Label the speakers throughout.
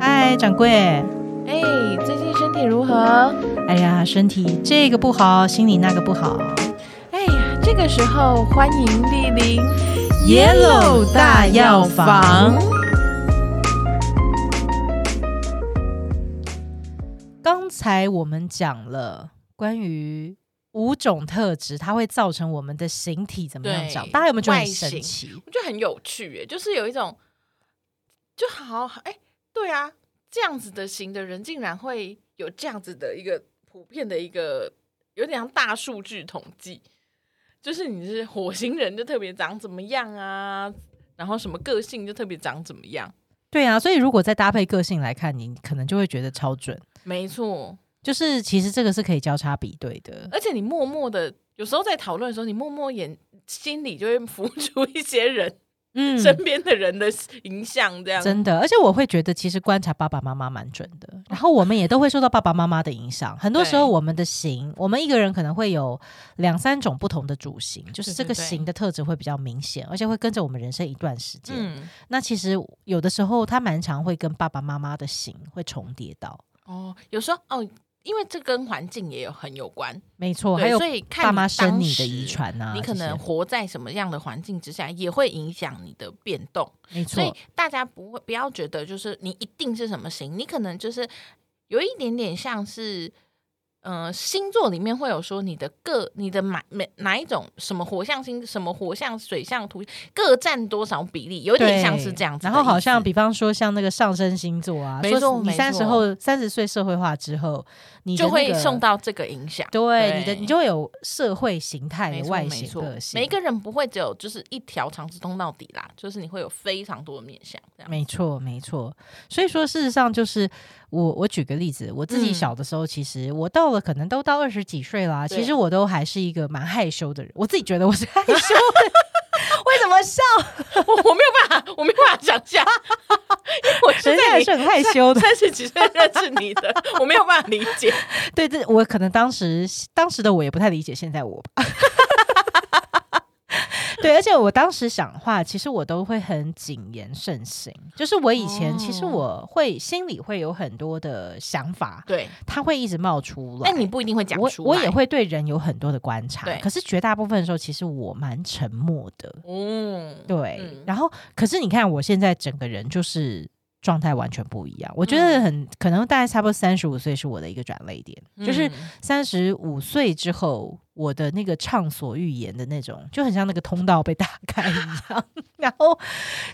Speaker 1: 嗨，掌柜。
Speaker 2: 哎，最近身体如何？
Speaker 1: 哎呀，身体这个不好，心里那个不好。
Speaker 2: 哎呀，这个时候欢迎莅临
Speaker 1: Yellow 大药房。刚才我们讲了关于五种特质，它会造成我们的形体怎么样
Speaker 2: 对
Speaker 1: 长，大家有没有觉得很
Speaker 2: 外
Speaker 1: 神
Speaker 2: 形
Speaker 1: 奇？
Speaker 2: 我觉得很有趣耶，就是有一种就好哎，对啊，这样子的型的人竟然会有这样子的一个普遍的一个有点像大数据统计，就是你是火星人就特别长怎么样啊，然后什么个性就特别长怎么样，
Speaker 1: 对啊，所以如果再搭配个性来看，你可能就会觉得超准。
Speaker 2: 没错，
Speaker 1: 就是其实这个是可以交叉比对的，
Speaker 2: 而且你默默的。有时候在讨论的时候，你默默眼心里就会浮出一些人、
Speaker 1: 嗯
Speaker 2: 身边的人的影像，这样哦
Speaker 1: 真的，而且我会觉得，其实观察爸爸妈妈蛮准的。然后我们也都会受到爸爸妈妈的影响。很多时候，
Speaker 2: 对
Speaker 1: 我们的型，我们一个人可能会有两三种不同的主型，就是
Speaker 2: 对
Speaker 1: 这个
Speaker 2: 对对
Speaker 1: 型的特质会比较明显，而且会跟着我们人生一段时间。
Speaker 2: 嗯，
Speaker 1: 那其实有的时候，他蛮常会跟爸爸妈妈的型会重叠到。
Speaker 2: 哦，有时候哦，因为这跟环境也有很有关，
Speaker 1: 没错，
Speaker 2: 对
Speaker 1: 还有
Speaker 2: 所以看
Speaker 1: 爸妈生
Speaker 2: 当
Speaker 1: 你的
Speaker 2: 时
Speaker 1: 遗，传啊，
Speaker 2: 你可能活在什么样的环境之下，也会影响你的变动。
Speaker 1: 这些没
Speaker 2: 所以
Speaker 1: 错，
Speaker 2: 大家不会不要觉得就是你一定是什么型，你可能就是有一点点像是。呃，星座里面会有说你的各你的哪哪哪一种什么火象星什么火象水象土各占多少比例，有点
Speaker 1: 对，
Speaker 2: 像是这样子的意
Speaker 1: 然
Speaker 2: 思。
Speaker 1: 后好像比方说像那个上升星座啊，
Speaker 2: 没
Speaker 1: 说
Speaker 2: 错
Speaker 1: 你
Speaker 2: 没
Speaker 1: 三十
Speaker 2: 错
Speaker 1: 后三十岁社会化之后，你的
Speaker 2: 就会
Speaker 1: 那个
Speaker 2: 受到这个影响。
Speaker 1: 对你的
Speaker 2: 对
Speaker 1: 你就会有社会形态
Speaker 2: 没
Speaker 1: 的
Speaker 2: 错
Speaker 1: 外
Speaker 2: 没
Speaker 1: 形
Speaker 2: 错
Speaker 1: 个性，
Speaker 2: 每一个人不会只有就是一条长直通到底啦，就是你会有非常多的面相 这样。
Speaker 1: 没错没错。所以说，事实上就是我我举个例子，我自己
Speaker 2: 嗯
Speaker 1: 小的时候，其实我到了可能都到二十几岁啦，其
Speaker 2: 对
Speaker 1: 实我都还是一个蛮害羞的人，我自己觉得我是 害羞的。为什么 笑？
Speaker 2: 我我没有办法，我没有办法想 象，因为我是
Speaker 1: 人家
Speaker 2: 在
Speaker 1: 还
Speaker 2: 你
Speaker 1: 是很害 羞的。
Speaker 2: 三十几岁认识你 的，我没有办法理解。
Speaker 1: 对，这我可能当时当时的我也不太理解现在我吧。 对，而且我当时讲话，其实我都会很谨言慎行。就是我以前、其实
Speaker 2: 哦
Speaker 1: 我会心里会有很多的想法，
Speaker 2: 对，
Speaker 1: 它会一直冒出来。
Speaker 2: 但你不一定会讲
Speaker 1: 我
Speaker 2: 出来。
Speaker 1: 我也，会对人有很多的观察
Speaker 2: 对，
Speaker 1: 可是绝大部分的时候，其实我蛮沉默的。
Speaker 2: 嗯，
Speaker 1: 对，
Speaker 2: 嗯
Speaker 1: 然后可是你看，我现在整个人就是状态完全不一样。我觉得
Speaker 2: 嗯
Speaker 1: 很、可能大概差不多三十五岁是我的一个转泪点，就是
Speaker 2: 嗯
Speaker 1: 三十五岁之后，我的那个畅所欲言的那种，就很像那个通道被打开一样。 然后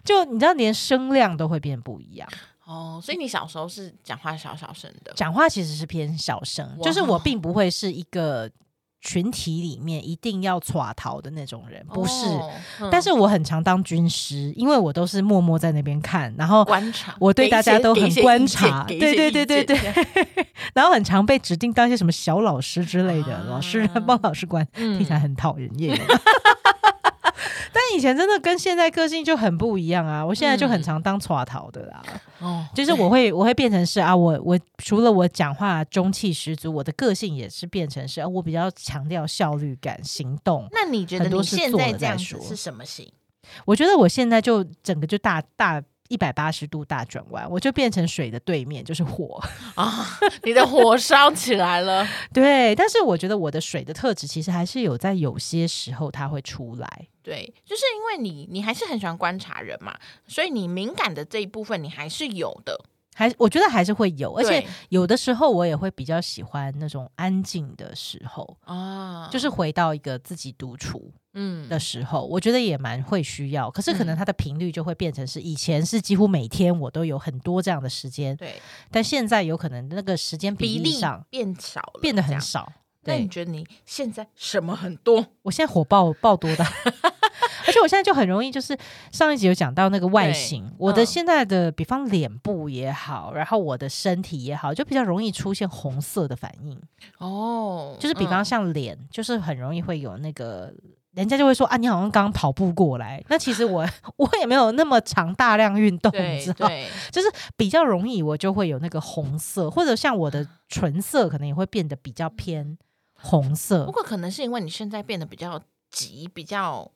Speaker 1: 就你知道，连声量都会变不一样。
Speaker 2: 哦，所以你小时候是讲话小小声的，
Speaker 1: 讲话其实是偏小声，
Speaker 2: 哇
Speaker 1: 就是我并不会是一个群体里面一定要耍逃的那种人，不是。
Speaker 2: 哦嗯
Speaker 1: 但是我很常当军师，因为我都是默默在那边看，然后
Speaker 2: 观察，
Speaker 1: 我对大家都很观察
Speaker 2: 对
Speaker 1: 对对对对
Speaker 2: 对，
Speaker 1: 然后很常被指定当一些什么小老师之类的，老师
Speaker 2: 啊
Speaker 1: 帮老师管，
Speaker 2: 嗯
Speaker 1: 听起来很讨人厌。但以前真的跟现在个性就很不一样啊！我现在就很
Speaker 2: 嗯
Speaker 1: 常当耍逃的啦，
Speaker 2: 哦，
Speaker 1: 就是我会我会变成是啊，我我除了我讲话中气十足，我的个性也是变成是啊，我比较强调效率感、行动。
Speaker 2: 那你觉得
Speaker 1: 很多
Speaker 2: 你
Speaker 1: 是
Speaker 2: 现
Speaker 1: 做
Speaker 2: 在
Speaker 1: 了
Speaker 2: 这
Speaker 1: 再
Speaker 2: 样子
Speaker 1: 说
Speaker 2: 是什么型？
Speaker 1: 我觉得我现在就整个就大大一百八十度大转弯，我就变成水的对面就是火。
Speaker 2: 啊，你的火烧起来了，
Speaker 1: 对，但是我觉得我的水的特质其实还是有在有些时候它会出来。
Speaker 2: 对，就是因为你你还是很喜欢观察人嘛，所以你敏感的这一部分你还是有的，
Speaker 1: 还我觉得还是会有，而且
Speaker 2: 对
Speaker 1: 有的时候我也会比较喜欢那种安静的时候，
Speaker 2: 啊
Speaker 1: 就是回到一个自己独处
Speaker 2: 嗯
Speaker 1: 的时候，我觉得也蛮会需要。可是可能它的频率就会变成是以前是几乎每天我都有很多这样的时间，
Speaker 2: 对
Speaker 1: 但现在有可能那个时间比
Speaker 2: 比
Speaker 1: 例
Speaker 2: 例
Speaker 1: 上
Speaker 2: 变少了，
Speaker 1: 变得
Speaker 2: 这
Speaker 1: 很
Speaker 2: 样。
Speaker 1: 少。
Speaker 2: 那你
Speaker 1: 对，
Speaker 2: 觉得你现在什么很多？
Speaker 1: 我现在火爆爆多的， 而且我现在就很容易，就是上一集有讲到那个外形，我的
Speaker 2: 嗯
Speaker 1: 现在的、比方脸部也好，然后我的身体也好，就比较容易出现红色的反应，
Speaker 2: 哦
Speaker 1: 就是比方像脸，就是很容易会有那个。人家就会说啊，你好像刚跑步过来。那其实 我我也没有那么长大量运动，你
Speaker 2: 对
Speaker 1: 知道，
Speaker 2: 对，
Speaker 1: 就是比较容易我就会有那个红色，或者像我
Speaker 2: 啊
Speaker 1: 的唇色可能也会变得比较偏红色
Speaker 2: 不。过可能是因为你现在变得比较急，比较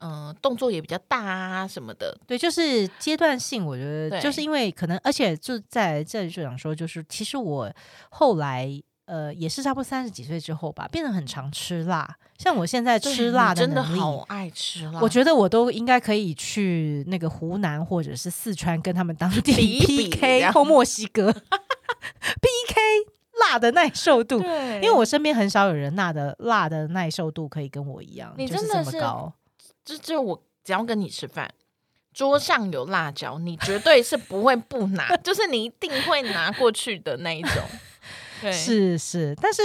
Speaker 2: 嗯、动作也比较大啊什么的，
Speaker 1: 对，就是阶段性，我觉得
Speaker 2: 对
Speaker 1: 就是因为可能，而且就在这里就想说，就是其实我后来呃也是差不多三十几岁之后吧，变得很常吃辣。像我现在
Speaker 2: 对
Speaker 1: 吃
Speaker 2: 你
Speaker 1: 辣
Speaker 2: 真的
Speaker 1: 能力，
Speaker 2: 好爱吃辣，
Speaker 1: 我觉得我都应该可以去那个湖南或者是四川跟他们当地
Speaker 2: 比一比这
Speaker 1: PK
Speaker 2: 样
Speaker 1: 或墨西哥 PK 辣的耐受度。
Speaker 2: 对，
Speaker 1: 因为我身边很少有人辣的辣的耐受度可以跟我一样，
Speaker 2: 你
Speaker 1: 就是
Speaker 2: 真
Speaker 1: 这
Speaker 2: 的
Speaker 1: 么
Speaker 2: 是
Speaker 1: 高。
Speaker 2: 就就我只要跟你吃饭，桌上有辣椒，你绝对是不会不拿， 就是你一定会拿过去的那一 种。对，
Speaker 1: 是是，但是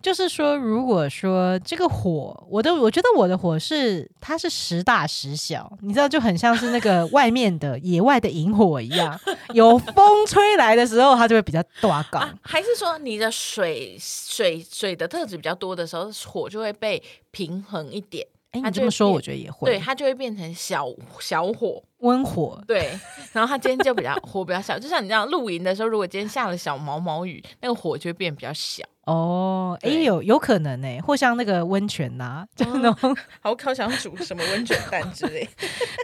Speaker 1: 就是说，如果说这个火，我的我觉得我的火是它是时大时小，你知道，就很像是那个外面的野外的萤火一样， 有风吹来的时候，它就会比较大高。
Speaker 2: 啊，还是说你的水水水的特质比较多的时候，火就会被平衡一点，
Speaker 1: 哎、
Speaker 2: 它
Speaker 1: 你这
Speaker 2: 就会
Speaker 1: 么说，
Speaker 2: 变
Speaker 1: 我觉得也会，
Speaker 2: 对，它就会变成小小火，
Speaker 1: 温火。
Speaker 2: 对， 然后它今天就比较火比较小，就像你这样露营的时候，如果今天下了小毛毛雨，那个火就会变比较小。
Speaker 1: 哦，哎、
Speaker 2: 对哦
Speaker 1: 有有可能哎、或像那个温泉呐、 就那种、
Speaker 2: 好，好想煮什么温泉蛋之类。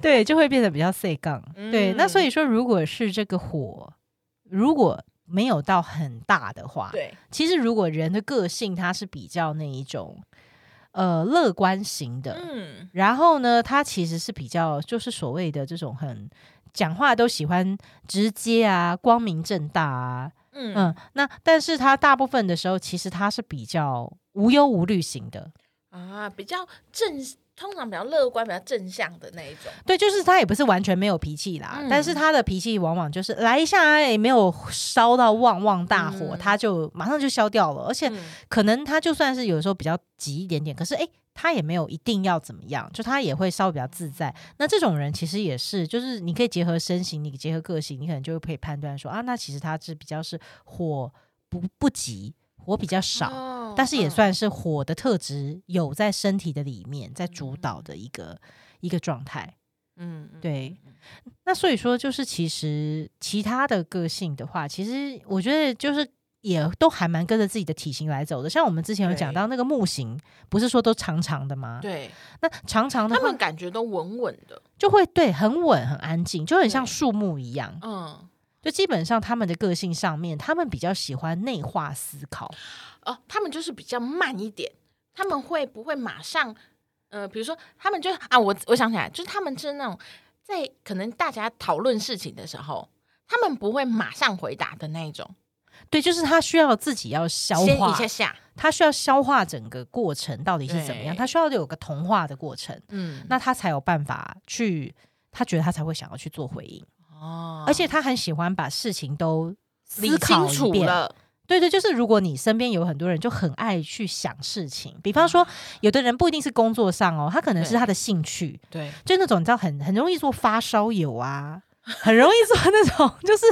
Speaker 1: 对，就会变得比较 C 杠。对，那所
Speaker 2: 嗯
Speaker 1: 以说，如果是这个火，如果没有到很大的话，
Speaker 2: 对，
Speaker 1: 其实如果人的个性他是比较那一种呃乐观型的，
Speaker 2: 嗯，
Speaker 1: 然后呢，他其实是比较就是所谓的这种很讲话都喜欢直接啊、光明正大啊，
Speaker 2: 嗯
Speaker 1: 嗯，那但是他大部分的时候其实他是比较无忧无虑型的，
Speaker 2: 啊，比较正，通常比较乐观、比较正向的那一种。
Speaker 1: 对，就是他也不是完全没有脾气啦，
Speaker 2: 嗯
Speaker 1: 但是他的脾气往往就是来一下也没有烧到旺旺大火，
Speaker 2: 嗯
Speaker 1: 他就马上就消掉了，而且可能他就算是有时候比较急一点点，可是诶，他也没有一定要怎么样，就他也会稍微比较自在。那这种人其实也是，就是你可以结合身形，你结合个性，你可能就可以判断说啊，那其实他是比较是火不不急，火比较少，
Speaker 2: 哦
Speaker 1: 但是也
Speaker 2: 嗯
Speaker 1: 算是火的特质有在身体的里面在主导的一个、一个状态。
Speaker 2: 嗯，嗯
Speaker 1: 对，那所以说，就是其实其他的个性的话，其实我觉得就是也都还蛮跟着自己的体型来走的。像我们之前有讲
Speaker 2: 对
Speaker 1: 到那个木型，不是说都长长的吗？
Speaker 2: 对，
Speaker 1: 那长长的
Speaker 2: 他
Speaker 1: 话
Speaker 2: 们感觉都稳稳的。
Speaker 1: 就会对很稳很安静，就很像
Speaker 2: 对
Speaker 1: 树木一样。
Speaker 2: 嗯，
Speaker 1: 就基本上他们的个性上面，他们比较喜欢内化思考。
Speaker 2: 哦，他们就是比较慢一点，他们会不会马上？呃，比如说，他们就啊，我我想起来，就是他们是那种在可能大家讨论事情的时候，他们不会马上回答的那一种，
Speaker 1: 对，就是他需要自己要消
Speaker 2: 先一
Speaker 1: 化
Speaker 2: 下，下，
Speaker 1: 他需要消化整个过程到底是怎么样，
Speaker 2: 对
Speaker 1: 他需要有个同化的过程。
Speaker 2: 嗯
Speaker 1: 那他才有办法去，他觉得他才会想要去做回应，
Speaker 2: 哦
Speaker 1: 而且他很喜欢把事情都
Speaker 2: 理
Speaker 1: 思考
Speaker 2: 清
Speaker 1: 一
Speaker 2: 楚
Speaker 1: 遍。
Speaker 2: 了，
Speaker 1: 对对，就是如果你身边有很多人就很爱去想事情，比方说有的人不一定是工作上哦，他可能是
Speaker 2: 嗯对
Speaker 1: 他的兴趣，
Speaker 2: 对，
Speaker 1: 就那种你知道很很容易做发烧友啊， 很容易做那种就是。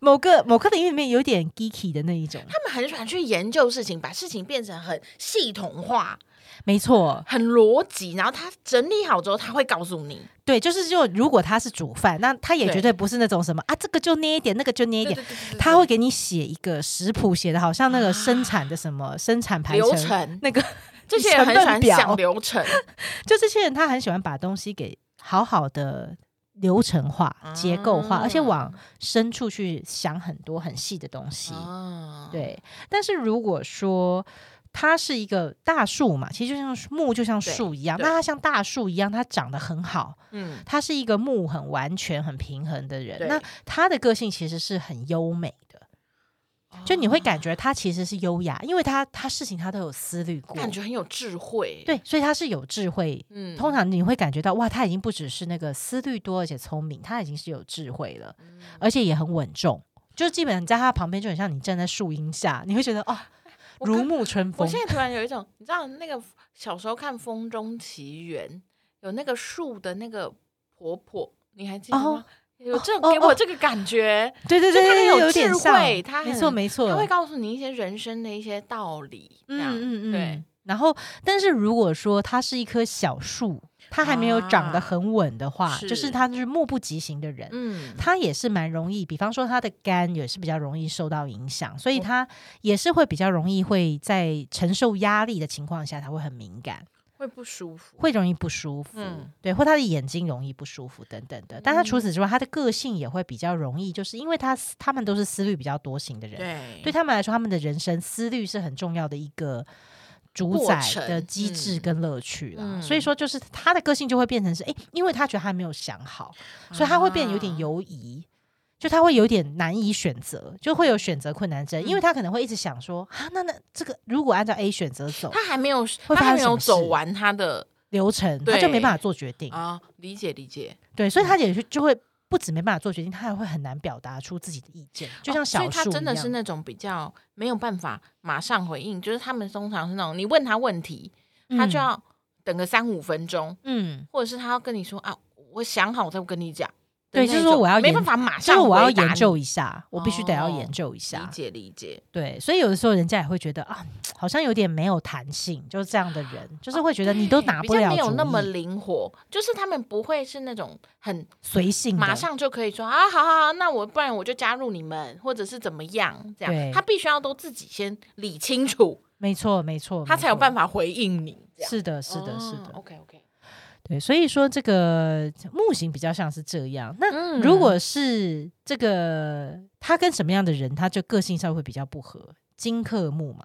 Speaker 1: 某个某个领域里面有点 geeky 的那一种，
Speaker 2: 他们很喜欢去研究事情，把事情变成很系统化、
Speaker 1: 没错，
Speaker 2: 很逻辑，然后他整理好之后，他会告诉你。
Speaker 1: 对，就是就如果他是煮饭，那他也
Speaker 2: 对
Speaker 1: 绝对不是那种什么啊，这个就捏一点，那个就捏一点，他会给你写一个食谱，写的好像那个生产的什么、生产排
Speaker 2: 流程，
Speaker 1: 那个，
Speaker 2: 这些人很喜
Speaker 1: 成
Speaker 2: 欢
Speaker 1: 分表
Speaker 2: 想流程，
Speaker 1: 就这些人他很喜欢把东西给好好的流程化、结构化，
Speaker 2: 啊
Speaker 1: 而且往深处去想很多很细的东西。
Speaker 2: 啊，
Speaker 1: 哦对，但是如果说它是一个大树嘛，其实就像木就像
Speaker 2: 对
Speaker 1: 树一样，
Speaker 2: 对
Speaker 1: 那它像大树一样，它长得很好，
Speaker 2: 嗯，
Speaker 1: 他是一个木很完全、很平衡的人。
Speaker 2: 对
Speaker 1: 那他的个性其实是很优美的，就你会
Speaker 2: 哦
Speaker 1: 感觉他其实是优雅，因为他他事情他都有思虑过，
Speaker 2: 感觉很有智慧，，
Speaker 1: 对，所以他是有智慧。
Speaker 2: 嗯
Speaker 1: 通常你会感觉到哇，他已经不只是那个思虑多而且聪明，他已经是有智慧了，
Speaker 2: 嗯
Speaker 1: 而且也很稳重。就基本上你在他旁边，就很像你站在树荫下，你会觉得哦，
Speaker 2: 我
Speaker 1: 如
Speaker 2: 刚
Speaker 1: 沐春
Speaker 2: 我
Speaker 1: 风。
Speaker 2: 现在突然有一种，你知道那个小时候看《风中奇缘》，有那个树的那个婆婆，你还记得
Speaker 1: 哦
Speaker 2: 吗？有这
Speaker 1: 哦
Speaker 2: 种给
Speaker 1: 哦
Speaker 2: 我这个感觉，
Speaker 1: 对对
Speaker 2: 就
Speaker 1: 对
Speaker 2: 他很
Speaker 1: 对，
Speaker 2: 有
Speaker 1: 点
Speaker 2: 智
Speaker 1: 像
Speaker 2: 慧他
Speaker 1: 没
Speaker 2: 很
Speaker 1: 错没错，
Speaker 2: 他会告诉你一些人生的一些道理，这样
Speaker 1: 嗯嗯嗯嗯，
Speaker 2: 对。
Speaker 1: 然后，但是如果说它是一棵小树，它还没有长得
Speaker 2: 啊
Speaker 1: 很稳的话，就是
Speaker 2: 是
Speaker 1: 它是目不及形的人。
Speaker 2: 嗯，
Speaker 1: 它也是蛮容易，比方说它的肝也是比较容易受到影响，所以
Speaker 2: 哦
Speaker 1: 它也是会比较容易会在承受压力的情况下，它会很敏感。
Speaker 2: 会不舒服，
Speaker 1: 会容易不舒服，
Speaker 2: 嗯
Speaker 1: 对，或他的眼睛容易不舒服等等的。但他除此之外，他的个性也会比较容易，就是因为他思他们都是思虑比较多型的人，
Speaker 2: 对
Speaker 1: 对他们来说，他们的人生思虑是很重要的一个主宰
Speaker 2: 过程
Speaker 1: 的机制
Speaker 2: 嗯
Speaker 1: 跟乐趣啦。
Speaker 2: 嗯
Speaker 1: 所以说，就是他的个性就会变成是，诶，因为他觉得他没有想好，所以他会变得有点
Speaker 2: 啊
Speaker 1: 犹疑。就他会有点难以选择，就会有选择困难症，
Speaker 2: 嗯
Speaker 1: 因为他可能会一直想说啊，那那这个如果按照 A 选择走
Speaker 2: 他还没有，
Speaker 1: 会
Speaker 2: 他
Speaker 1: 发
Speaker 2: 还
Speaker 1: 生
Speaker 2: 没
Speaker 1: 什
Speaker 2: 有
Speaker 1: 么事
Speaker 2: 走完他的
Speaker 1: 流程，他就没
Speaker 2: 对
Speaker 1: 办法做决定。
Speaker 2: 啊，嗯理解理解，
Speaker 1: 对，所以他也是就会不止没办法做决定，他还会很难表达出自己的意见，就像
Speaker 2: 哦所
Speaker 1: 小
Speaker 2: 以他
Speaker 1: 树一
Speaker 2: 真的
Speaker 1: 样。
Speaker 2: 是那种比较没有办法马上回应，就是他们通常是那种你问他问题，他就要等个三五分钟，
Speaker 1: 嗯，
Speaker 2: 或者是他要跟你说啊，我想好再跟你讲的
Speaker 1: 对
Speaker 2: 那种。
Speaker 1: 就是说我要
Speaker 2: 没
Speaker 1: 研
Speaker 2: 办法马
Speaker 1: 就
Speaker 2: 上
Speaker 1: 是我要
Speaker 2: 回答
Speaker 1: 研究
Speaker 2: 你
Speaker 1: 一下，我必须得要
Speaker 2: 哦
Speaker 1: 研究一下。
Speaker 2: 理解理解，
Speaker 1: 对，所以有的时候人家也会觉得啊，好像有点没有弹性，就是这样的人，就是会觉得你都拿
Speaker 2: 哦比
Speaker 1: 不
Speaker 2: 较
Speaker 1: 了
Speaker 2: 没有
Speaker 1: 主
Speaker 2: 那么
Speaker 1: 意
Speaker 2: 灵活，就是他们不会是那种很
Speaker 1: 随性的，
Speaker 2: 马上就可以说啊，好好好，那我不然我就加入你们，或者是怎么样这
Speaker 1: 对
Speaker 2: 样，他必须要都自己先理清楚，
Speaker 1: 没错没错，
Speaker 2: 他才有
Speaker 1: 法。
Speaker 2: 办法回应你。这样哦
Speaker 1: 是的，是的，是的，
Speaker 2: OK OK，
Speaker 1: 对，所以说这个木型比较像是这样。那
Speaker 2: 嗯
Speaker 1: 如果是这个他跟什么样的人，他就个性上会比较不合，金克木嘛。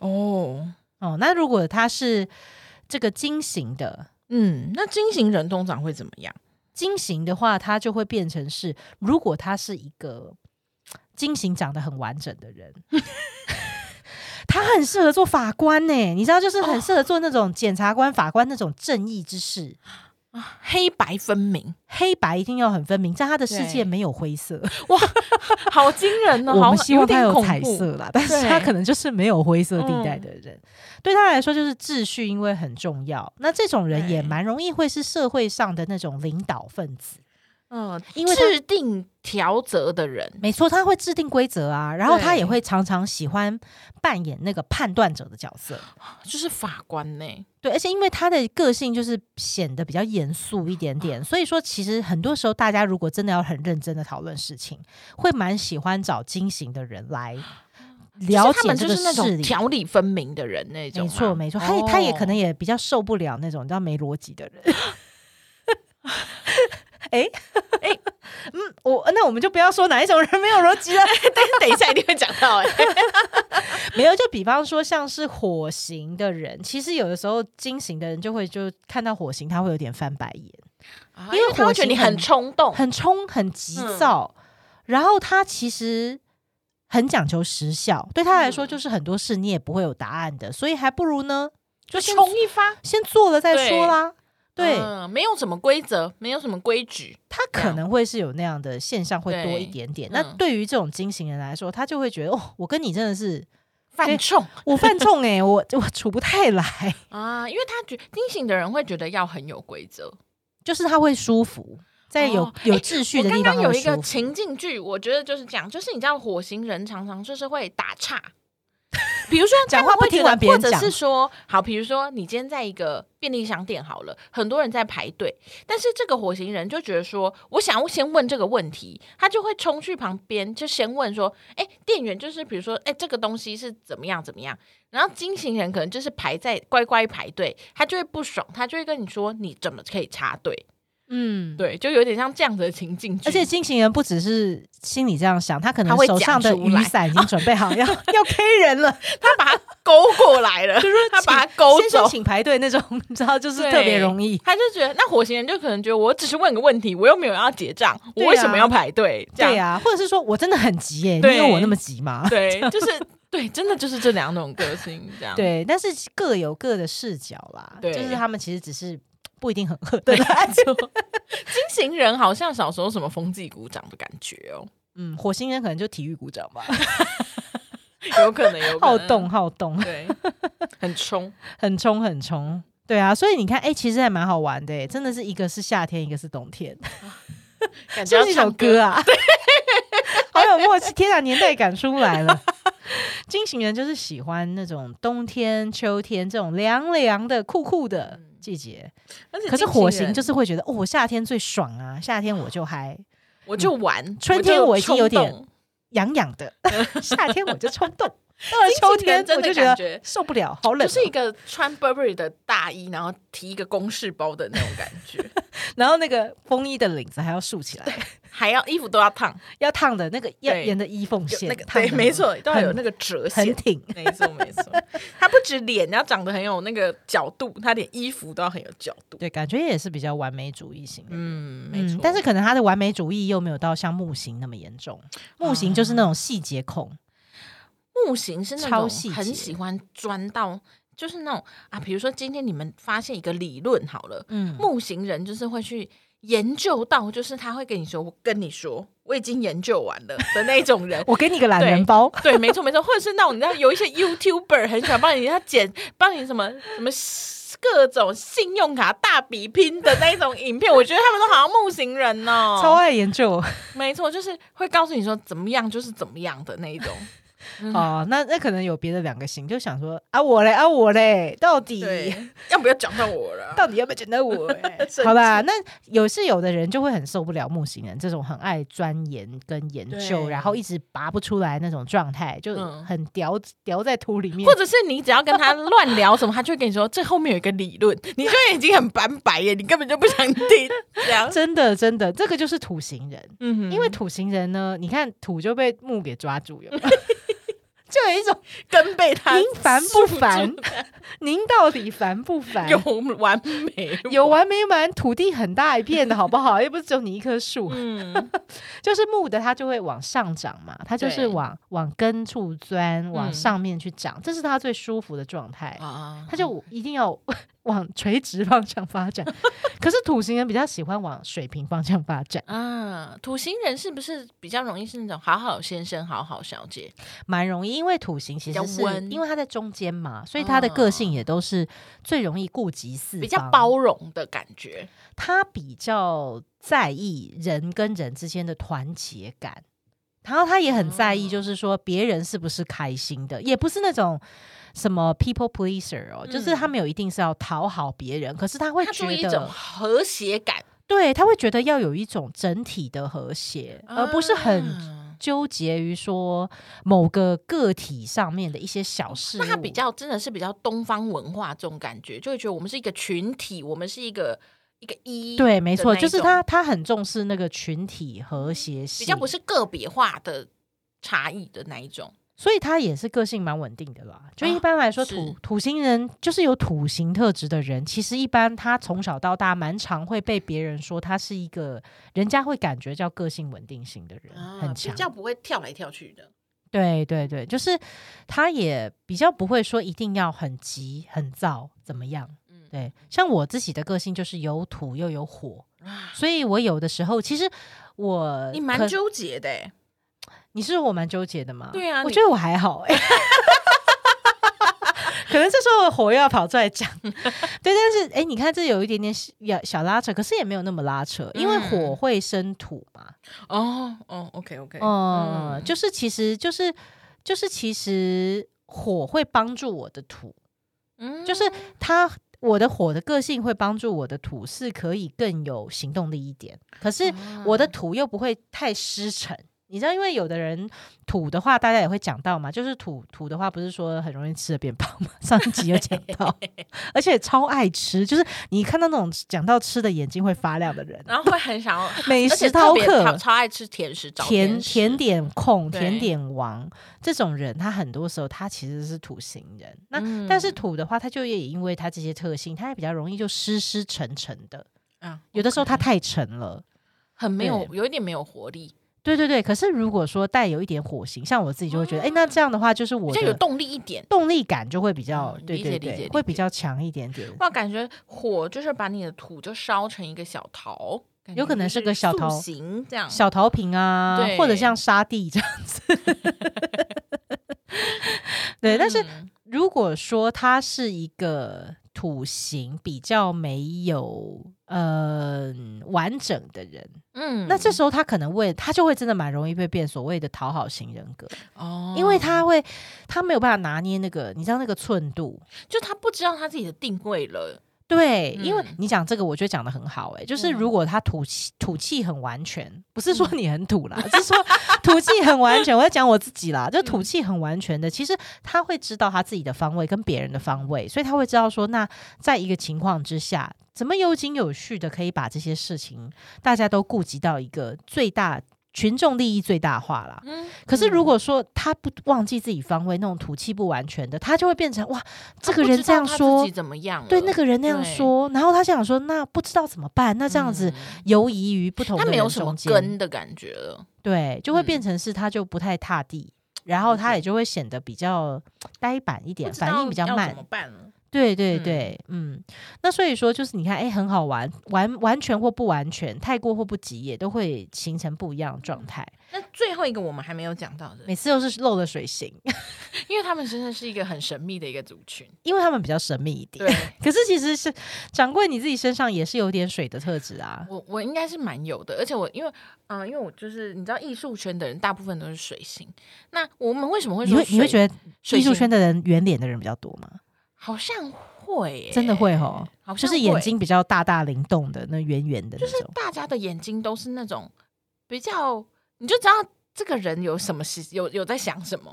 Speaker 2: 哦，
Speaker 1: 哦，那如果他是这个金型的，
Speaker 2: 嗯，那金型人通常会怎么样？
Speaker 1: 金型的话，他就会变成是，如果他是一个金型长得很完整的 人。他很适合做法官呢、你知道，就是
Speaker 2: 哦
Speaker 1: 很适合做那种检察官、法官那种正义之士，
Speaker 2: 黑白分明，
Speaker 1: 黑白一定要很分明，在他的世界
Speaker 2: 对
Speaker 1: 没有灰色。
Speaker 2: 好惊人哦！
Speaker 1: 我
Speaker 2: 好
Speaker 1: 们希望他
Speaker 2: 有
Speaker 1: 有
Speaker 2: 点恐
Speaker 1: 彩
Speaker 2: 怖
Speaker 1: 色啦，但是他
Speaker 2: 对嗯
Speaker 1: 可能就是没有灰色地带的人。对他来说，就是秩序，因为很重要。那这种人也
Speaker 2: 对
Speaker 1: 蛮容易会是社会上的那种领导分子，
Speaker 2: 嗯，
Speaker 1: 因为他
Speaker 2: 制定条则的人，
Speaker 1: 没错，他会制定规则啊，然后他
Speaker 2: 对
Speaker 1: 也会常常喜欢扮演那个判断者的角色。
Speaker 2: 就是法官呢。
Speaker 1: 对，而且因为他的个性就是显得比较严肃一点点，所以说其实很多时候大家如果真的要很认真的讨论事情，会蛮喜欢找金型的人来了
Speaker 2: 就是他
Speaker 1: 解
Speaker 2: 们
Speaker 1: 这
Speaker 2: 就
Speaker 1: 个
Speaker 2: 是那
Speaker 1: 事
Speaker 2: 种
Speaker 1: 理。
Speaker 2: 条理分明的人那种
Speaker 1: 没
Speaker 2: 吗。
Speaker 1: 错，没错，他也、他也可能
Speaker 2: 哦
Speaker 1: 也比较受不了那种你知道没逻辑的人。哎哎，嗯，我那我们就不要说哪一种人没有逻辑了，
Speaker 2: 等一下一定会讲到 哎、
Speaker 1: 没有，就比方说像是火型的人，其实有的时候金型的人就会就看到火型，他会有点翻白眼，
Speaker 2: 啊
Speaker 1: 因为
Speaker 2: 他
Speaker 1: 火
Speaker 2: 会觉得你
Speaker 1: 星很
Speaker 2: 很冲动，
Speaker 1: 很冲，很急
Speaker 2: 嗯
Speaker 1: 躁，然后他其实。很讲求时效，对他来说
Speaker 2: 嗯
Speaker 1: 就是很多事你也不会有答案的，所以还不如呢，
Speaker 2: 就
Speaker 1: 先
Speaker 2: 冲一发。
Speaker 1: 先做了再说
Speaker 2: 对
Speaker 1: 啦。对，
Speaker 2: 嗯没有什么规则，没有什么规矩，
Speaker 1: 他可能会是有那样的现象会多一点点。
Speaker 2: 对
Speaker 1: 那
Speaker 2: 嗯
Speaker 1: 对于这种金型人来说，他就会觉得哦，我跟你真的是对
Speaker 2: 犯冲
Speaker 1: 我犯冲哎、我我处不太来，
Speaker 2: 啊！因为他觉清醒的人会觉得要很有规则。
Speaker 1: 就是他会舒服，在有、
Speaker 2: 哦
Speaker 1: 有秩序
Speaker 2: 我
Speaker 1: 的
Speaker 2: 刚
Speaker 1: 地方
Speaker 2: 刚有
Speaker 1: 他会
Speaker 2: 一个
Speaker 1: 舒服
Speaker 2: 情境剧，我觉得就是讲，就是你知道火星人常常就是会打岔，比如说
Speaker 1: 讲
Speaker 2: 他们
Speaker 1: 话不
Speaker 2: 会觉
Speaker 1: 听
Speaker 2: 得
Speaker 1: 完别人
Speaker 2: 或者
Speaker 1: 讲
Speaker 2: 是说好，比如说你今天在一个便利商店好了，很多人在排队，但是这个火星人就觉得说，我想要先问这个问题，他就会冲去旁边就先问说，哎，店员就是比如说，哎，这个东西是怎么样怎么样，然后金型人可能就是排在乖乖排队，他就会不爽，他就会跟你说，你怎么可以插队？
Speaker 1: 嗯。
Speaker 2: 对，就有点像这样子的情境剧，
Speaker 1: 而且金型人不只是心里这样想，他可
Speaker 2: 他
Speaker 1: 能
Speaker 2: 会
Speaker 1: 手上
Speaker 2: 讲
Speaker 1: 的
Speaker 2: 出来
Speaker 1: 雨伞已经准备好 要要 K 人了，
Speaker 2: 他把他勾过来了，
Speaker 1: 就是说
Speaker 2: 他把
Speaker 1: 请
Speaker 2: 他勾
Speaker 1: 先生
Speaker 2: 走。
Speaker 1: 请排队那种，你知道，就是特别容易。
Speaker 2: 他就觉得，那火星人就可能觉得，我只是问个问题，我又没有要结账，
Speaker 1: 对啊
Speaker 2: 我为什么要排队？这
Speaker 1: 对啊
Speaker 2: 样
Speaker 1: 呀、或者是说我真的很急耶、
Speaker 2: 对
Speaker 1: 你有我那么急吗？
Speaker 2: 对，就是 对，真的就是这两种个性这样。
Speaker 1: 对，但是各有各的视角啦，
Speaker 2: 对
Speaker 1: 就是他们其实只是不一定很合得来。
Speaker 2: 金型人好像小时候什么风纪鼓掌的感觉哦，
Speaker 1: 嗯，火星人可能就体育鼓掌吧，
Speaker 2: 有可能有可能
Speaker 1: 好动，好动，
Speaker 2: 对，很冲，
Speaker 1: 很冲很冲。对啊，所以你看，哎、其实还蛮好玩的耶，欸真的是一个是夏天，一个是冬天，
Speaker 2: 感 觉
Speaker 1: 就
Speaker 2: 要
Speaker 1: 是一首
Speaker 2: 唱歌
Speaker 1: 歌啊，好有默契，天啊，年代感出来了。金型人就是喜欢那种冬天、秋天这种凉凉的、酷酷的
Speaker 2: 嗯
Speaker 1: 季节，
Speaker 2: 而且
Speaker 1: 可是火星
Speaker 2: 金
Speaker 1: 就是
Speaker 2: 人
Speaker 1: 会觉得，哦，我夏天最爽啊，夏天我就嗨，
Speaker 2: 我就玩，
Speaker 1: 春天
Speaker 2: 我
Speaker 1: 我已经有点
Speaker 2: 冲动
Speaker 1: 痒痒 的，夏天我就冲动，到了秋天
Speaker 2: 真
Speaker 1: 我
Speaker 2: 的
Speaker 1: 就
Speaker 2: 感
Speaker 1: 得
Speaker 2: 觉
Speaker 1: 受不了，好冷哦、
Speaker 2: 就是一个穿 Burberry 的大衣，然后提一个公事包的那种感觉，
Speaker 1: 然后那个风衣的领子还要竖起来，
Speaker 2: 还要衣服都要烫，
Speaker 1: 要烫的那个要
Speaker 2: 对
Speaker 1: 沿着衣缝
Speaker 2: 有
Speaker 1: 线，
Speaker 2: 那个
Speaker 1: 烫
Speaker 2: 对，
Speaker 1: 的
Speaker 2: 没错，都要有
Speaker 1: 很
Speaker 2: 那个折
Speaker 1: 很
Speaker 2: 线。
Speaker 1: 挺。
Speaker 2: 没错没错，它不止脸要长得很有那个角度，它连衣服都要很有角度。
Speaker 1: 对，感觉也是比较完美主义型的。
Speaker 2: 嗯，没
Speaker 1: 嗯
Speaker 2: 错。，
Speaker 1: 但是可能他的完美主义又没有到像木型那么严
Speaker 2: 啊
Speaker 1: 重。木型就是那种细节控，
Speaker 2: 木型是那
Speaker 1: 超
Speaker 2: 种
Speaker 1: 细
Speaker 2: 很
Speaker 1: 节
Speaker 2: 喜欢钻到，就是那种啊，比如说今天你们发现一个理论好了，
Speaker 1: 嗯，。
Speaker 2: 木型人就是会去研究到，就是他会跟你说，我跟你说，我已经研究完了的那种人
Speaker 1: 我给你个懒
Speaker 2: 对
Speaker 1: 人包，
Speaker 2: 对，没错没错，或者是那种你知道有一些 YouTuber 很喜欢帮你他剪，帮你什么什么各种信用卡大比拼的那一种影片，我觉得他们都好像木型人哦，
Speaker 1: 超爱研究哦、
Speaker 2: 没错，就是会告诉你说怎么样就是怎么样的那一种。嗯
Speaker 1: 哦。那那可能有别的两个型，就想说啊我嘞啊我嘞，到底
Speaker 2: 对， 要不要讲到我了？
Speaker 1: 到底要不要讲到我、欸
Speaker 2: 生
Speaker 1: 好吧，那有是有的人就会很受不了木型人这种很爱钻研跟研究，
Speaker 2: 对
Speaker 1: 然后一直拔不出来那种状态，就
Speaker 2: 嗯
Speaker 1: 很叼叼在土里面
Speaker 2: 或。者是你只要跟他乱聊什么，他就会跟你说这后面有一个理论，你就已经很板白耶，你根本就不想听。这样，
Speaker 1: 真的，真的，这个就是土型人。
Speaker 2: 嗯哼
Speaker 1: 因为土型人呢，你看土就被木给抓住，有 没有就有一种
Speaker 2: 跟被他
Speaker 1: 您烦不
Speaker 2: 束
Speaker 1: 烦？您到底烦不烦？
Speaker 2: 有哎完没？
Speaker 1: 有，完没完？土地很大一片的好不好？又不是只有你一棵树，
Speaker 2: 嗯，
Speaker 1: 就是木的，它就会往上长嘛，它就是
Speaker 2: 对
Speaker 1: 往往根处钻，往
Speaker 2: 嗯
Speaker 1: 上面去长，这是它最舒服的状态。
Speaker 2: 啊
Speaker 1: 它就一定要 往垂直方向发展， 可是土型人比较喜欢往水平方向发展，
Speaker 2: 啊，土星人是不是比较容易是那种好好先生、好好小姐？
Speaker 1: 蛮容易，因为土型其
Speaker 2: 比
Speaker 1: 实
Speaker 2: 较
Speaker 1: 是
Speaker 2: 温嗯
Speaker 1: 因为它在中间嘛，所以它的个性也都是最容易顾及四方，
Speaker 2: 比较，包容的感觉？
Speaker 1: 他比较在意人跟人之间的团结感，然后他也很在意，
Speaker 2: 哦
Speaker 1: 就是说别人是不是开心的，也不是那种什么 people pleaser 哦，就是他
Speaker 2: 嗯
Speaker 1: 没有一定是要讨好别人，可是他会
Speaker 2: 他
Speaker 1: 觉
Speaker 2: 注意一种
Speaker 1: 得，
Speaker 2: 和谐感，
Speaker 1: 对他会觉得要有一种整体的和谐，而不是很。
Speaker 2: 啊
Speaker 1: 纠结于说某个个体上面的一些小事物，
Speaker 2: 那他比较真的是比较东方文化这种感觉，就会觉得我们是一个群体，我们是一个一个一，，
Speaker 1: 对，没
Speaker 2: 的
Speaker 1: 错，
Speaker 2: 那
Speaker 1: 就
Speaker 2: 一
Speaker 1: 是
Speaker 2: 种
Speaker 1: 他他很重视那个群体和谐性，
Speaker 2: 比较不是个别化的差异的那一种。
Speaker 1: 所以他也是个性蛮稳定的啦。就一
Speaker 2: 啊
Speaker 1: 般来说，
Speaker 2: 是
Speaker 1: 土土型人就是有土型特质的人，其实一般他从小到大蛮常会被别人说他是一个人家会感觉叫个性稳定型的人，很
Speaker 2: 啊比
Speaker 1: 强。
Speaker 2: 较不会跳来跳去的，
Speaker 1: 对对对，就是他也比较不会说一定要很急很躁怎么样。
Speaker 2: 嗯，
Speaker 1: 对，像我自己的个性就是有土又有火，
Speaker 2: 啊，
Speaker 1: 所以我有的时候其实我
Speaker 2: 你
Speaker 1: 可
Speaker 2: 蛮纠结的欸，
Speaker 1: 你是我蛮纠结的嘛？
Speaker 2: 对啊
Speaker 1: 我
Speaker 2: 你
Speaker 1: 觉得我还好哎、 可能这时候火又要跑出来 讲，对，但是哎、你看这有一点点小小拉扯，可是也没有那么拉扯，因为
Speaker 2: 嗯
Speaker 1: 火会生土嘛，
Speaker 2: 哦哦，OK OK，哦
Speaker 1: 嗯，就是其实就是就是其实火会帮助我的土，
Speaker 2: 嗯
Speaker 1: 就是它我的火的个性会帮助我的土是可以更有行动力一点，可是我
Speaker 2: 嗯
Speaker 1: 的土又不会太湿沉。你知道，因为有的人土的话，大家也会讲到嘛，就是土土的话，不是说很容易吃的变胖嘛？ 上一集有讲 到，而且超爱吃，就是你看到那种讲到吃的眼睛会发亮的人，
Speaker 2: 然后会很想要
Speaker 1: 美
Speaker 2: 啊
Speaker 1: 食
Speaker 2: 而且
Speaker 1: 饕
Speaker 2: 特别
Speaker 1: 客
Speaker 2: 超超爱吃甜食，找
Speaker 1: 甜
Speaker 2: 食
Speaker 1: 甜点控、
Speaker 2: 对
Speaker 1: 甜点王这种人，他很多时候他其实是土型人。那、
Speaker 2: 嗯
Speaker 1: 但是土的话，他就也因为他这些特性，他也比较容易就湿湿沉沉的。
Speaker 2: 啊
Speaker 1: 有的时候他
Speaker 2: OK
Speaker 1: 太沉了。
Speaker 2: 很没有，有一点没有活力，
Speaker 1: 对对对，可是如果说带有一点火型，像我自己就会觉得，哎、那这样的话，就是
Speaker 2: 比
Speaker 1: 我
Speaker 2: 较嗯有
Speaker 1: 的
Speaker 2: 动力一点。
Speaker 1: 动力感就会比较，
Speaker 2: 嗯
Speaker 1: 对
Speaker 2: 理解
Speaker 1: 对
Speaker 2: 理解
Speaker 1: 对
Speaker 2: 理，
Speaker 1: 会比
Speaker 2: 解
Speaker 1: 较强一点点。
Speaker 2: 哇，感觉火就是把你的土就烧成一个小桃，感觉
Speaker 1: 有可能
Speaker 2: 就是
Speaker 1: 个小桃
Speaker 2: 塑形这样。
Speaker 1: 小陶瓶啊，
Speaker 2: 对
Speaker 1: 或者像沙地这样子。 对，但是
Speaker 2: 嗯
Speaker 1: 如果说它是一个土型比较没有呃完整的人，
Speaker 2: 嗯
Speaker 1: 那这时候他可能会他就会真的蛮容易被变所谓的讨好型人格，
Speaker 2: 哦
Speaker 1: 因为他会他没有办法拿捏那个你知道那个寸度，
Speaker 2: 就他不知道他自己的定位了，
Speaker 1: 对，
Speaker 2: 嗯
Speaker 1: 因为你讲这个，我觉得讲的很好、欸，就是如果他土气土气很完全，不是说
Speaker 2: 嗯
Speaker 1: 你很土啦，是说土气很完全。我要讲我自己啦，就
Speaker 2: 嗯
Speaker 1: 土气很完全的，其实他会知道他自己的方位跟别人的方位，所以他会知道说，那在一个情况之下，怎么有景有序的可以把这些事情大家都顾及到一个最大群众利益最大化啦。
Speaker 2: 嗯，
Speaker 1: 可是如果说他不忘记自己方位，那种土气不完全的，他就会变成哇，这
Speaker 2: 他
Speaker 1: 个
Speaker 2: 不
Speaker 1: 人
Speaker 2: 知
Speaker 1: 这
Speaker 2: 道
Speaker 1: 样
Speaker 2: 他
Speaker 1: 说
Speaker 2: 自己，怎么样了？
Speaker 1: 对那个人那样
Speaker 2: 对
Speaker 1: 说，然后他想说，那不知道怎么办，那这样子
Speaker 2: 嗯，
Speaker 1: 游移于不同的
Speaker 2: 他没
Speaker 1: 人
Speaker 2: 有什么
Speaker 1: 中间
Speaker 2: 根的感觉了。
Speaker 1: 对，就会
Speaker 2: 嗯
Speaker 1: 变成是他就不太踏地，然后
Speaker 2: 理
Speaker 1: 他也
Speaker 2: 解
Speaker 1: 就会显得比较呆板一
Speaker 2: 不
Speaker 1: 点，
Speaker 2: 知
Speaker 1: 反应
Speaker 2: 道
Speaker 1: 比较
Speaker 2: 要
Speaker 1: 慢
Speaker 2: 怎么，办了？
Speaker 1: 对对
Speaker 2: 嗯
Speaker 1: 对，嗯那所以说就是你看，哎，很好玩，完完全或不完全，太过或不及，也都会形成不一样的
Speaker 2: 嗯
Speaker 1: 状态，
Speaker 2: 那最后一个我们还没有讲到的，
Speaker 1: 每次都是漏了水型，
Speaker 2: 因为他们真的是一个很神秘的一个族群。
Speaker 1: 因为他们比较神秘一点
Speaker 2: 对。
Speaker 1: 可是其实是掌柜你自己身上也是有点水的特质啊，
Speaker 2: 我，我应该是蛮有的，而且我因为，嗯、因为我就是你知道，艺术圈的人大部分都是水星。那我们为什么会
Speaker 1: 你
Speaker 2: 说
Speaker 1: 会你会觉得
Speaker 2: 水
Speaker 1: 艺术
Speaker 2: 星
Speaker 1: 圈的人圆脸的人比较多吗？
Speaker 2: 好像会耶、
Speaker 1: 真的会吼，
Speaker 2: 好
Speaker 1: 就
Speaker 2: 像
Speaker 1: 是眼
Speaker 2: 会
Speaker 1: 睛比较大大灵动的那圆圆的那
Speaker 2: 就是
Speaker 1: 种。
Speaker 2: 大家的眼睛都是那种比较，你就知道这个人有什么事，有有在想什么，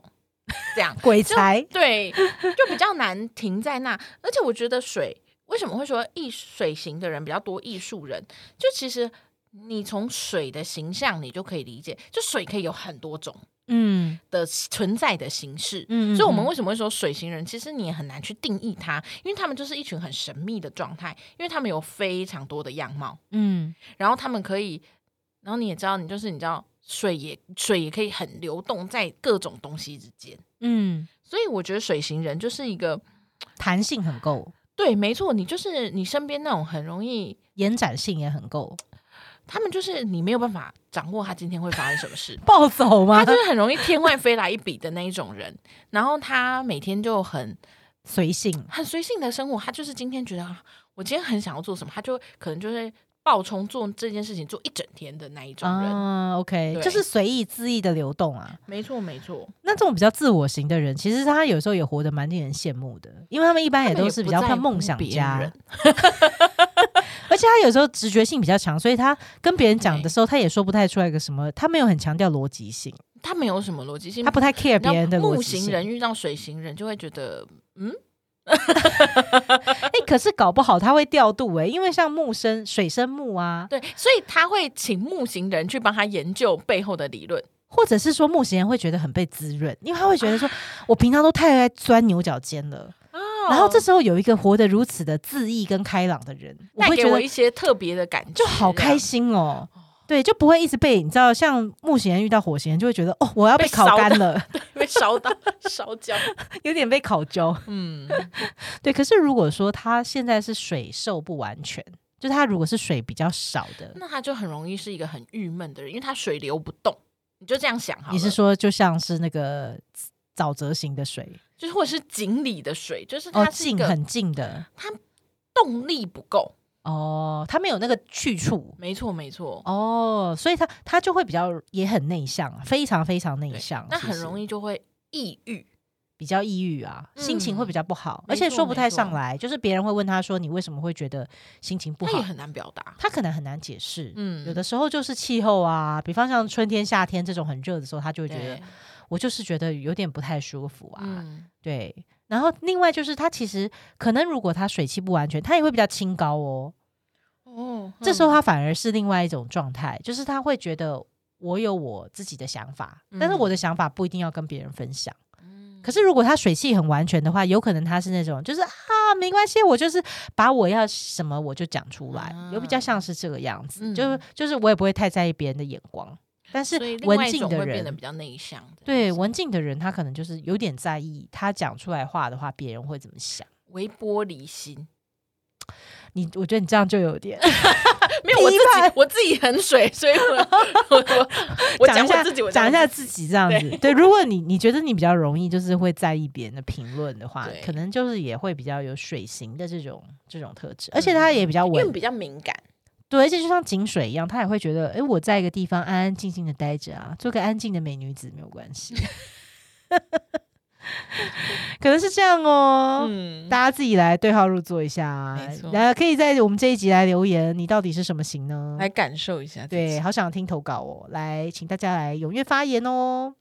Speaker 2: 这样
Speaker 1: 鬼
Speaker 2: 就
Speaker 1: 才，
Speaker 2: 对，就比较难停在那。而且我觉得水为什么会说艺水型的人比较多，艺术人就其实你从水的形象你就可以理解，就水可以有很多种
Speaker 1: 嗯
Speaker 2: 的存在的形式。
Speaker 1: 嗯
Speaker 2: 所以，我们
Speaker 1: 嗯
Speaker 2: 为什么会说水型人？其实你也很难去定义他，因为他们就是一群很神秘的状态，因为他们有非常多的样貌。
Speaker 1: 嗯
Speaker 2: 然后他们可以，然后你也知道，你就是你知道，水也水也可以很流动在各种东西之间，
Speaker 1: 嗯，
Speaker 2: 所以我觉得水型人就是一个
Speaker 1: 弹性很够，
Speaker 2: 对，没错，你就是你身边那种很容易，
Speaker 1: 延展性也很够，，
Speaker 2: 他们就是你没有办法掌握他今天会发生什么事
Speaker 1: 暴走吗
Speaker 2: 他就是很容易天外飞来一笔的那一种人，然后他每天就很
Speaker 1: 随性，
Speaker 2: 很随性的生活，他就是今天觉得啊，我今天很想要做什么，他就可能就会爆冲做这件事情做一整天的那一种人，
Speaker 1: 啊，OK，
Speaker 2: 对
Speaker 1: 就是随意恣意的流动啊。
Speaker 2: 没错没错，
Speaker 1: 那这种比较自我型的人，其实他有时候也活得蛮令人羡慕的，因为他们一般也
Speaker 2: 他们
Speaker 1: 都
Speaker 2: 也
Speaker 1: 是比
Speaker 2: 不
Speaker 1: 较
Speaker 2: 在
Speaker 1: 像
Speaker 2: 乎
Speaker 1: 梦想
Speaker 2: 别
Speaker 1: 家
Speaker 2: 人，
Speaker 1: 而且他有时候直觉性比较强，所以他跟别人讲的
Speaker 2: 对
Speaker 1: 时候，他也说不太出来个什么，他没有很强调逻辑性，
Speaker 2: 他没有什么逻辑性，
Speaker 1: 他不太 care
Speaker 2: 你知道
Speaker 1: 别人的逻
Speaker 2: 木
Speaker 1: 辑
Speaker 2: 行
Speaker 1: 性。
Speaker 2: 人遇到水行人就会觉得，嗯，
Speaker 1: 哎、可是搞不好他会调度哎、因为像木生水生木啊，
Speaker 2: 对，所以他会请木行人去帮他研究背后的理论。
Speaker 1: 或者是说木行人会觉得很被滋润，因为他会觉得说，我平常都太爱钻牛角尖了，
Speaker 2: 哦
Speaker 1: 然后这时候有一个活得如此的恣意跟开朗的人，我
Speaker 2: 带
Speaker 1: 会
Speaker 2: 给
Speaker 1: 觉
Speaker 2: 我
Speaker 1: 得
Speaker 2: 一啊些特别的感觉，
Speaker 1: 就好开
Speaker 2: 心，
Speaker 1: 心哦。对，就不会一直被你知道，像木行人遇到火行人，就会觉得哦，我要被烤干了，
Speaker 2: 被烧到烧焦。
Speaker 1: 有点被烤焦。
Speaker 2: 嗯，
Speaker 1: 对，可是如果说他现在是水受不完全，就他如果是水比较少的，
Speaker 2: 那他就很容易是一个很郁闷的人，因为他水流不动。你就这样想好了，
Speaker 1: 你是说就像是那个沼泽型的水
Speaker 2: 就是或者是井里的水，就是
Speaker 1: 哦，
Speaker 2: 它是一
Speaker 1: 静
Speaker 2: 个
Speaker 1: 很静的
Speaker 2: 动力不够。
Speaker 1: 哦，他没有那个去处
Speaker 2: 没错，没错，
Speaker 1: 哦，所以他他就会比较也很内向，啊非常非常内
Speaker 2: 对
Speaker 1: 向，
Speaker 2: 那很容
Speaker 1: 易
Speaker 2: 易就会抑郁。
Speaker 1: 比较抑郁啊，心情会比较不好，
Speaker 2: 没
Speaker 1: 而且
Speaker 2: 错
Speaker 1: 说不
Speaker 2: 没
Speaker 1: 太上
Speaker 2: 错
Speaker 1: 来，就是别人会问他说你为什么会觉得心情不
Speaker 2: 他也
Speaker 1: 好，
Speaker 2: 很难表达。
Speaker 1: 他可能很难解释。
Speaker 2: 嗯
Speaker 1: 有的时候就是气候啊，比方像春天、夏天这种很热的时候，他就会觉
Speaker 2: 对
Speaker 1: 得我就是觉得有点不太舒服啊，
Speaker 2: 嗯，
Speaker 1: 对，然后另外就是他其实可能如果他水气不完全，他也会比较清高哦。
Speaker 2: 哦，
Speaker 1: 这时候他反而是另外一种状态，就是他会觉得我有我自己的想法，但是我的想法不一定要跟别人分享。
Speaker 2: 嗯，
Speaker 1: 可是如果他水气很完全的话，有可能他是那种就是啊没关系，我就是把我要什么我就讲出来，有比较像是这个样子，就是
Speaker 2: 啊嗯
Speaker 1: 就是我也不会太在意别人的眼光。但是
Speaker 2: 所以另
Speaker 1: 文
Speaker 2: 外一
Speaker 1: 静
Speaker 2: 种
Speaker 1: 的
Speaker 2: 会变得
Speaker 1: 人
Speaker 2: 比，较内向的，
Speaker 1: 对文静的人，他可能就是有点在意他讲出来话的话，别人会怎么想。
Speaker 2: 微玻璃心。
Speaker 1: 你我觉得你这样就有点
Speaker 2: 没有，我自
Speaker 1: 批判
Speaker 2: 己我自己很水，所以我 我我 我
Speaker 1: 讲
Speaker 2: 讲
Speaker 1: 一下
Speaker 2: 我自己，我
Speaker 1: 讲一下
Speaker 2: 我
Speaker 1: 自己这样子。对，如果你你觉得你比较容易就是会在意别人的评论的话
Speaker 2: 对，
Speaker 1: 可能就是也会比较有水型的这种这种特质，而且他也比较
Speaker 2: 因为
Speaker 1: 稳，
Speaker 2: 嗯比较敏感，
Speaker 1: 对，而且就像井水一样，他也会觉得，哎，我在一个地方安安静静的待着啊，做个安静的美女子没有关系。 可能是这样哦。
Speaker 2: 嗯，
Speaker 1: 大家自己来对号入座一下啊
Speaker 2: 没，错
Speaker 1: 然后可以在我们这一集来留言，你到底是什么型呢？
Speaker 2: 来感受一下自己，
Speaker 1: 对，好想听投稿哦，来，请大家来踊跃发言哦。